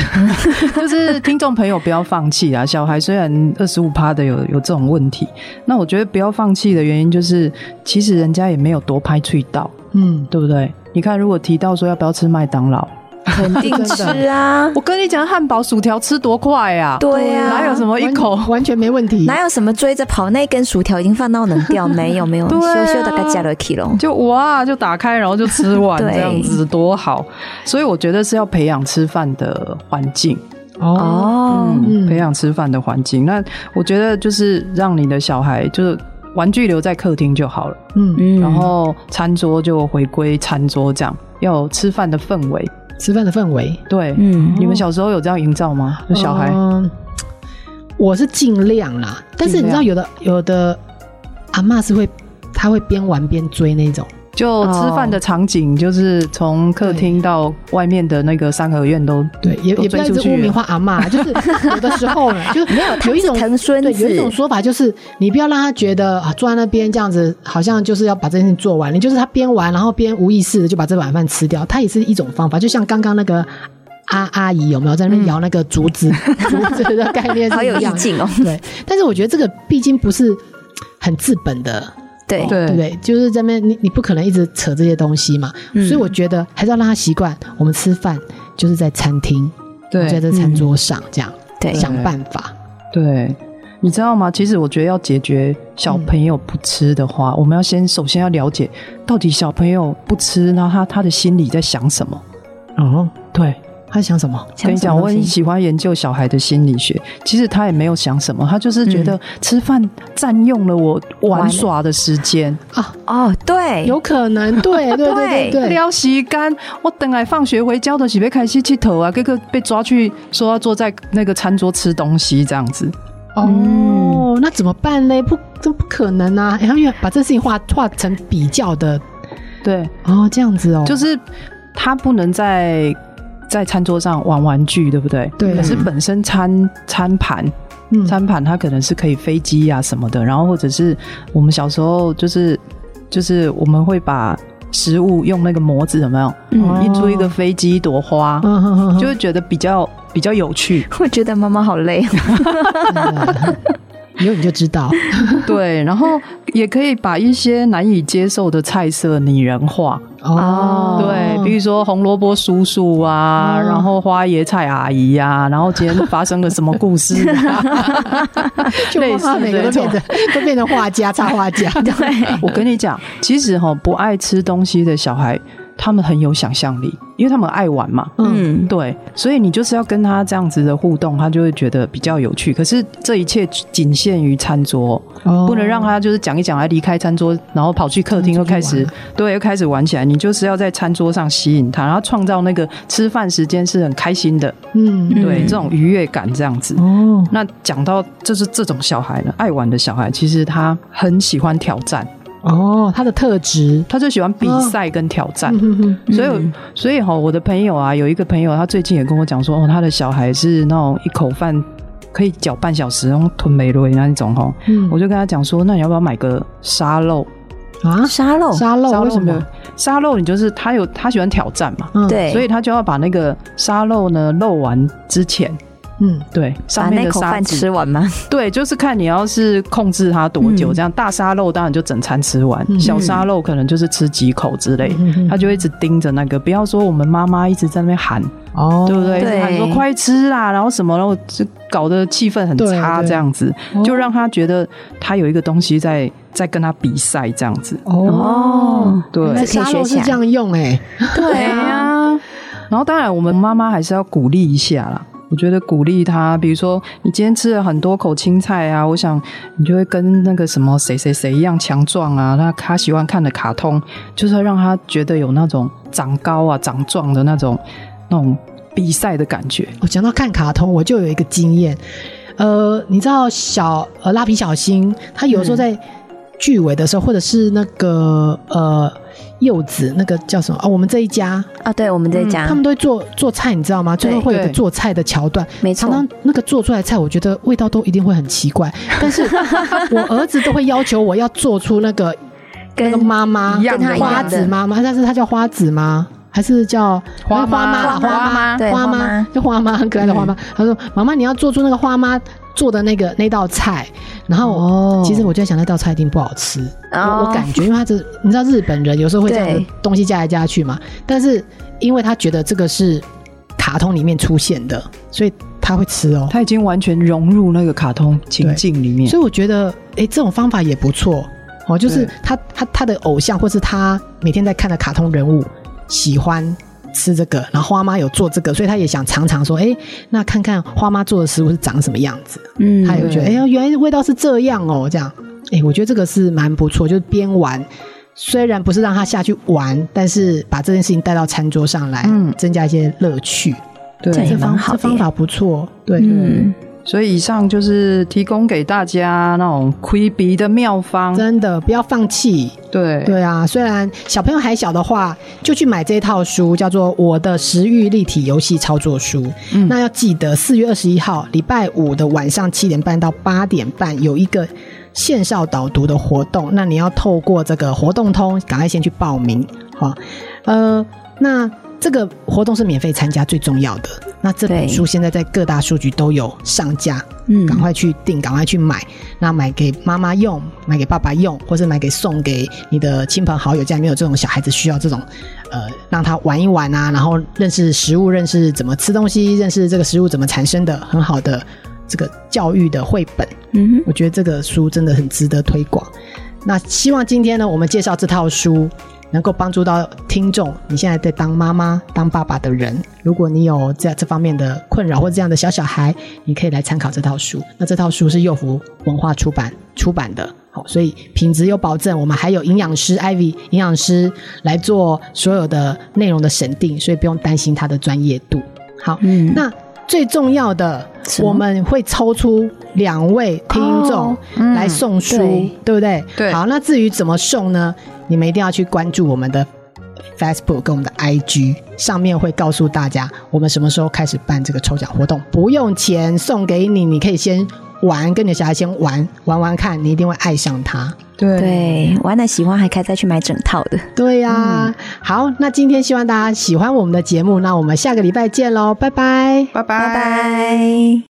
Speaker 2: 就是听众朋友不要放弃啊！小孩虽然二十五趴的有有这种问题，那我觉得不要放弃的原因就是，其实人家也没有多拍脆到，
Speaker 1: 嗯，
Speaker 2: 对不对？你看，如果提到说要不要吃麦当劳，
Speaker 3: 肯定吃啊，
Speaker 2: 我跟你讲，汉堡、薯条吃多快啊！
Speaker 3: 对啊，
Speaker 2: 哪有什么一
Speaker 1: 完
Speaker 2: 口
Speaker 1: 完全没问题。
Speaker 3: 哪有什么追着跑？那一根薯条已经放到冷掉，没有没有，
Speaker 2: 对啊
Speaker 3: 羞羞的该加了 k i
Speaker 2: 就哇，就打开然后就吃完，
Speaker 3: 对
Speaker 2: 这样子多好。所以我觉得是要培养吃饭的环境，
Speaker 3: 哦，
Speaker 1: 嗯
Speaker 2: 嗯，培养吃饭的环境。那我觉得就是让你的小孩就是。玩具留在客厅就好了，
Speaker 1: 嗯，
Speaker 3: 嗯
Speaker 2: 然后餐桌就回归餐桌，这样要有吃饭的氛围。
Speaker 1: 吃饭的氛围，
Speaker 2: 对，
Speaker 3: 嗯
Speaker 2: 你们小时候有这样营造吗？就小孩，
Speaker 1: 嗯我是尽量啦，但是你知道有的有的阿嬷是会，她会边玩边追那种，
Speaker 2: 就吃饭的场景，就是从客厅到外面的那个三合院都
Speaker 1: 对，也
Speaker 2: 都
Speaker 1: 也不
Speaker 2: 追
Speaker 1: 要一
Speaker 2: 出
Speaker 1: 直
Speaker 2: 去
Speaker 1: 污名
Speaker 2: 了
Speaker 1: 化阿嬷，就是有的时候呢，就是没有有一
Speaker 3: 是
Speaker 1: 种
Speaker 3: 疼孙
Speaker 1: 对，有一
Speaker 3: 子
Speaker 1: 种说法就是，你不要让他觉得啊，坐在那边这样子，好像就是要把这件事情做完。你就是他边玩，然后边无意识的就把这碗饭吃掉，它也是一种方法。就像刚刚那个阿阿姨有没有在那边摇那个竹子，竹子的概念
Speaker 3: 好
Speaker 1: 是
Speaker 3: 有
Speaker 1: 一
Speaker 3: 意
Speaker 1: 样的。
Speaker 3: 境哦。
Speaker 1: 对，但是我觉得这个毕竟不是很治本的，
Speaker 3: 对，
Speaker 1: 对不对？就是这边你你不可能一直扯这些东西嘛，
Speaker 3: 嗯
Speaker 1: 所以我觉得还是要让他习惯，我们吃饭就是在餐厅，
Speaker 2: 对
Speaker 1: 就在这餐桌上这样
Speaker 3: 对
Speaker 1: 想办法。
Speaker 2: 对，你知道吗？其实我觉得要解决小朋友不吃的话，我们要先首先要了解到底小朋友不吃，然后他他的心里在想什么。
Speaker 1: 哦，
Speaker 2: 对，
Speaker 1: 他在想什么？
Speaker 2: 跟你
Speaker 3: 什么
Speaker 2: 讲，我
Speaker 3: 东
Speaker 2: 很
Speaker 3: 西
Speaker 2: 喜欢研究小孩的心理学。其实他也没有想什么，他就是觉得吃饭占用了我玩耍的时间。
Speaker 3: 哦，对，
Speaker 1: 啊有可能，对对对对哦对。
Speaker 2: 撩时间，我等来放学回家的时候开始剃头啊，哥哥被抓去说要坐在那个餐桌吃东西这样子。
Speaker 1: 哦，那怎么办嘞？不，这不可能啊！哎他们把这事情画画成比较的
Speaker 2: 对，
Speaker 1: 哦，这样子哦，
Speaker 2: 就是他不能在在餐桌上玩玩具，对不对？
Speaker 1: 对啊
Speaker 2: 可是本身餐餐盘，
Speaker 1: 嗯
Speaker 2: 餐盘它可能是可以飞机啊什么的，然后或者是我们小时候就是就是我们会把食物用那个模子有没有
Speaker 1: 哦
Speaker 3: 嗯，
Speaker 2: 印出一个飞机一朵花，
Speaker 1: 嗯哼哼哼
Speaker 2: 就会觉得比较比较有趣。
Speaker 3: 我觉得妈妈好累。
Speaker 1: 嗯
Speaker 3: 哦
Speaker 1: 以后你就知道，
Speaker 2: 对，然后也可以把一些难以接受的菜色拟人化，
Speaker 1: 哦，
Speaker 2: 对，比如说红萝卜叔叔啊，
Speaker 1: 哦
Speaker 2: 然后花椰菜阿姨啊，然后今天发生了什么故事、 啊？
Speaker 1: 就
Speaker 2: 类
Speaker 1: 怕
Speaker 2: 似
Speaker 1: 每个
Speaker 2: 这
Speaker 1: 都变
Speaker 2: 种
Speaker 1: 成 都变成画家、插画家，对，
Speaker 2: 我跟你讲，其实哈、不爱吃东西的小孩，他们很有想象力，因为他们爱玩嘛。
Speaker 1: 嗯，
Speaker 3: 嗯，
Speaker 2: 对，所以你就是要跟他这样子的互动，他就会觉得比较有趣。可是这一切仅限于餐桌，
Speaker 1: 哦
Speaker 2: 不能让他就是讲一讲，他离开餐桌，然后跑去客厅又开
Speaker 1: 出去
Speaker 2: 始
Speaker 1: 嗯玩
Speaker 2: 对，又开始玩起来。你就是要在餐桌上吸引他，然后创造那个吃饭时间是很开心的，
Speaker 1: 嗯，
Speaker 2: 对
Speaker 3: 嗯
Speaker 2: 这种愉悦感这样子。
Speaker 1: 哦，
Speaker 2: 那讲到就是这种小孩呢，爱玩的小孩，其实他很喜欢挑战，
Speaker 1: 哦，他的特质，
Speaker 2: 他最喜欢比赛跟挑战。
Speaker 1: 嗯哼哼
Speaker 2: 所以我，所以哈、我的朋友啊，有一个朋友，他最近也跟我讲说，哦，他的小孩是那种一口饭可以嚼半小时，然后吞没落那一种哈、哦。
Speaker 1: 嗯
Speaker 2: 我就跟他讲说，那你要不要买个沙漏？
Speaker 1: 啊，
Speaker 3: 沙漏，
Speaker 1: 沙漏为什
Speaker 2: 呢
Speaker 1: 么？？
Speaker 2: 沙漏你就是他有他喜欢挑战嘛，
Speaker 1: 嗯，
Speaker 3: 对，
Speaker 2: 所以他就要把那个沙漏呢漏完之前，
Speaker 1: 嗯，
Speaker 2: 对
Speaker 3: 把
Speaker 2: 上面
Speaker 3: 那
Speaker 2: 的
Speaker 3: 口
Speaker 2: 沙
Speaker 3: 饭
Speaker 2: 子
Speaker 3: 吃完吗？
Speaker 2: 对，就是看你要是控制它多久，
Speaker 3: 嗯
Speaker 2: 这样大沙漏当然就整餐吃完，
Speaker 1: 嗯
Speaker 2: 小沙漏可能就是吃几口之类。
Speaker 1: 嗯嗯嗯
Speaker 2: 他就一直盯着那个，不要说我们妈妈一直在那边喊，
Speaker 1: 哦，
Speaker 2: 对不对？一直喊
Speaker 3: 对
Speaker 2: 说快吃啦，然后什么，然后就搞得气氛很
Speaker 1: 对
Speaker 2: 差，
Speaker 1: 对
Speaker 2: 这样子
Speaker 1: 哦
Speaker 2: 就让他觉得他有一个东西在在跟他比赛，这样子。
Speaker 1: 哦，
Speaker 3: 哦，
Speaker 2: 对
Speaker 1: 原来
Speaker 3: 这可以
Speaker 1: 沙
Speaker 3: 学
Speaker 1: 漏是
Speaker 3: 起来
Speaker 1: 这样用哎，
Speaker 3: 对啊，
Speaker 2: 呀、然后当然我们妈妈还是要鼓励一下啦。我觉得鼓励他，比如说你今天吃了很多口青菜啊，我想你就会跟那个什么谁谁谁一样强壮啊。那他喜欢看的卡通，就是要让他觉得有那种长高啊、长壮的那种那种比赛的感觉。
Speaker 1: 我讲到看卡通，我就有一个经验，呃，你知道小呃蜡笔小新，他有时候在剧尾的时候，或者是那个呃柚子那个叫什么啊、我们这一家
Speaker 3: 啊，对，我们在
Speaker 1: 他
Speaker 3: 讲
Speaker 1: 们，都会做做菜，你知道吗？最后会有一个
Speaker 2: 对
Speaker 1: 做菜的桥段，
Speaker 3: 没
Speaker 1: 常
Speaker 3: 错，
Speaker 1: 常那个做出来的菜，我觉得味道都一定会很奇 怪，但是我儿子都会要求我要做出那个那
Speaker 3: 跟
Speaker 1: 个妈妈
Speaker 2: 一样的
Speaker 1: 跟花子妈妈，但是她叫花子吗？还是叫
Speaker 2: 花妈
Speaker 1: 妈？
Speaker 2: 花妈嗯
Speaker 1: 妈，
Speaker 3: 对
Speaker 1: 花
Speaker 3: 花
Speaker 1: 妈
Speaker 3: 妈，
Speaker 1: 就花妈，很可爱的花妈。她说：“妈妈，你要做出那个花妈做的那个那道菜。”然后
Speaker 2: 哦
Speaker 1: 我其实我就在想，那道菜一定不好吃。我
Speaker 3: 哦
Speaker 1: 我感觉，因为他这 你知道日本人有时候会这样的
Speaker 3: 对
Speaker 1: 东西加来加去嘛，但是因为他觉得这个是卡通里面出现的，所以他会吃哦。
Speaker 2: 他嗯已经完全融入那个卡通情境里面。
Speaker 1: 所以我觉得，诶，这种方法也不错哦。就是
Speaker 2: 对
Speaker 1: 他他他的偶像，或是他每天在看的卡通人物，喜欢吃这个，然后花妈有做这个，所以他也想尝尝说，诶，那看看花妈做的食物是长什么样子。
Speaker 3: 嗯
Speaker 1: 他也会觉得，哎
Speaker 2: 对
Speaker 1: 呦，原来味道是这样哦，这样。哎，我觉得这个是蛮不错，就是边玩。虽然不是让他下去玩，但是把这件事情带到餐桌上来，
Speaker 2: 嗯
Speaker 1: 增加一些乐趣。
Speaker 2: 对
Speaker 3: 这
Speaker 1: 这
Speaker 3: 也
Speaker 1: 方
Speaker 3: 蛮好
Speaker 1: 这
Speaker 3: 的耶
Speaker 1: 方法不错，对，
Speaker 3: 嗯，
Speaker 2: 所以以上就是提供给大家那种窥鼻的妙方。
Speaker 1: 真的不要放弃。
Speaker 2: 对，
Speaker 1: 对啊，虽然小朋友还小的话，就去买这套书，叫做《我的食欲立体游戏操作书》。
Speaker 2: 嗯
Speaker 1: 那要记得四月二十一号礼拜五的晚上七点半到八点半有一个线上导读的活动，那你要透过这个活动通，赶快先去报名。好、呃，那这个活动是免费参加，最重要的。那这本
Speaker 3: 对
Speaker 1: 书现在在各大书局都有上架，
Speaker 3: 嗯
Speaker 1: 赶快去订，赶快去买。那买给妈妈用，买给爸爸用，或是买给送给你的亲朋好友，家里面有这种小孩子需要这种，呃，让他玩一玩啊，然后认识食物，认识怎么吃东西，认识这个食物怎么产生的，很好的这个教育的绘本。
Speaker 3: 嗯哼，
Speaker 1: 我觉得这个书真的很值得推广。那希望今天呢，我们介绍这套书能够帮助到听众。你现在在当妈妈、当爸爸的人，如果你有这这方面的困扰或这样的小小孩，你可以来参考这套书。那这套书是幼福文化出版出版的。好，所以品质有保证，我们还有营养师 Ivy 营养师来做所有的内容的审定，所以不用担心他的专业度。好，
Speaker 3: 嗯
Speaker 1: 那最重要的，
Speaker 3: 什么
Speaker 1: 我们会抽出两位听众
Speaker 3: 哦
Speaker 1: 来送书，
Speaker 3: 对
Speaker 1: 对不对？
Speaker 2: 对
Speaker 1: 好，那至于怎么送呢？你们一定要去关注我们的 Facebook 跟我们的 IG，上面会告诉大家我们什么时候开始办这个抽奖活动，不用钱送给你，你可以先玩，跟你的小孩先玩玩玩看，你一定会爱上它。
Speaker 2: 对
Speaker 3: 对，玩的喜欢还可以再去买整套的。
Speaker 1: 对呀、
Speaker 3: 嗯
Speaker 1: 好，那今天希望大家喜欢我们的节目，那我们下个礼拜见喽，拜拜。
Speaker 2: 拜拜
Speaker 3: 拜拜。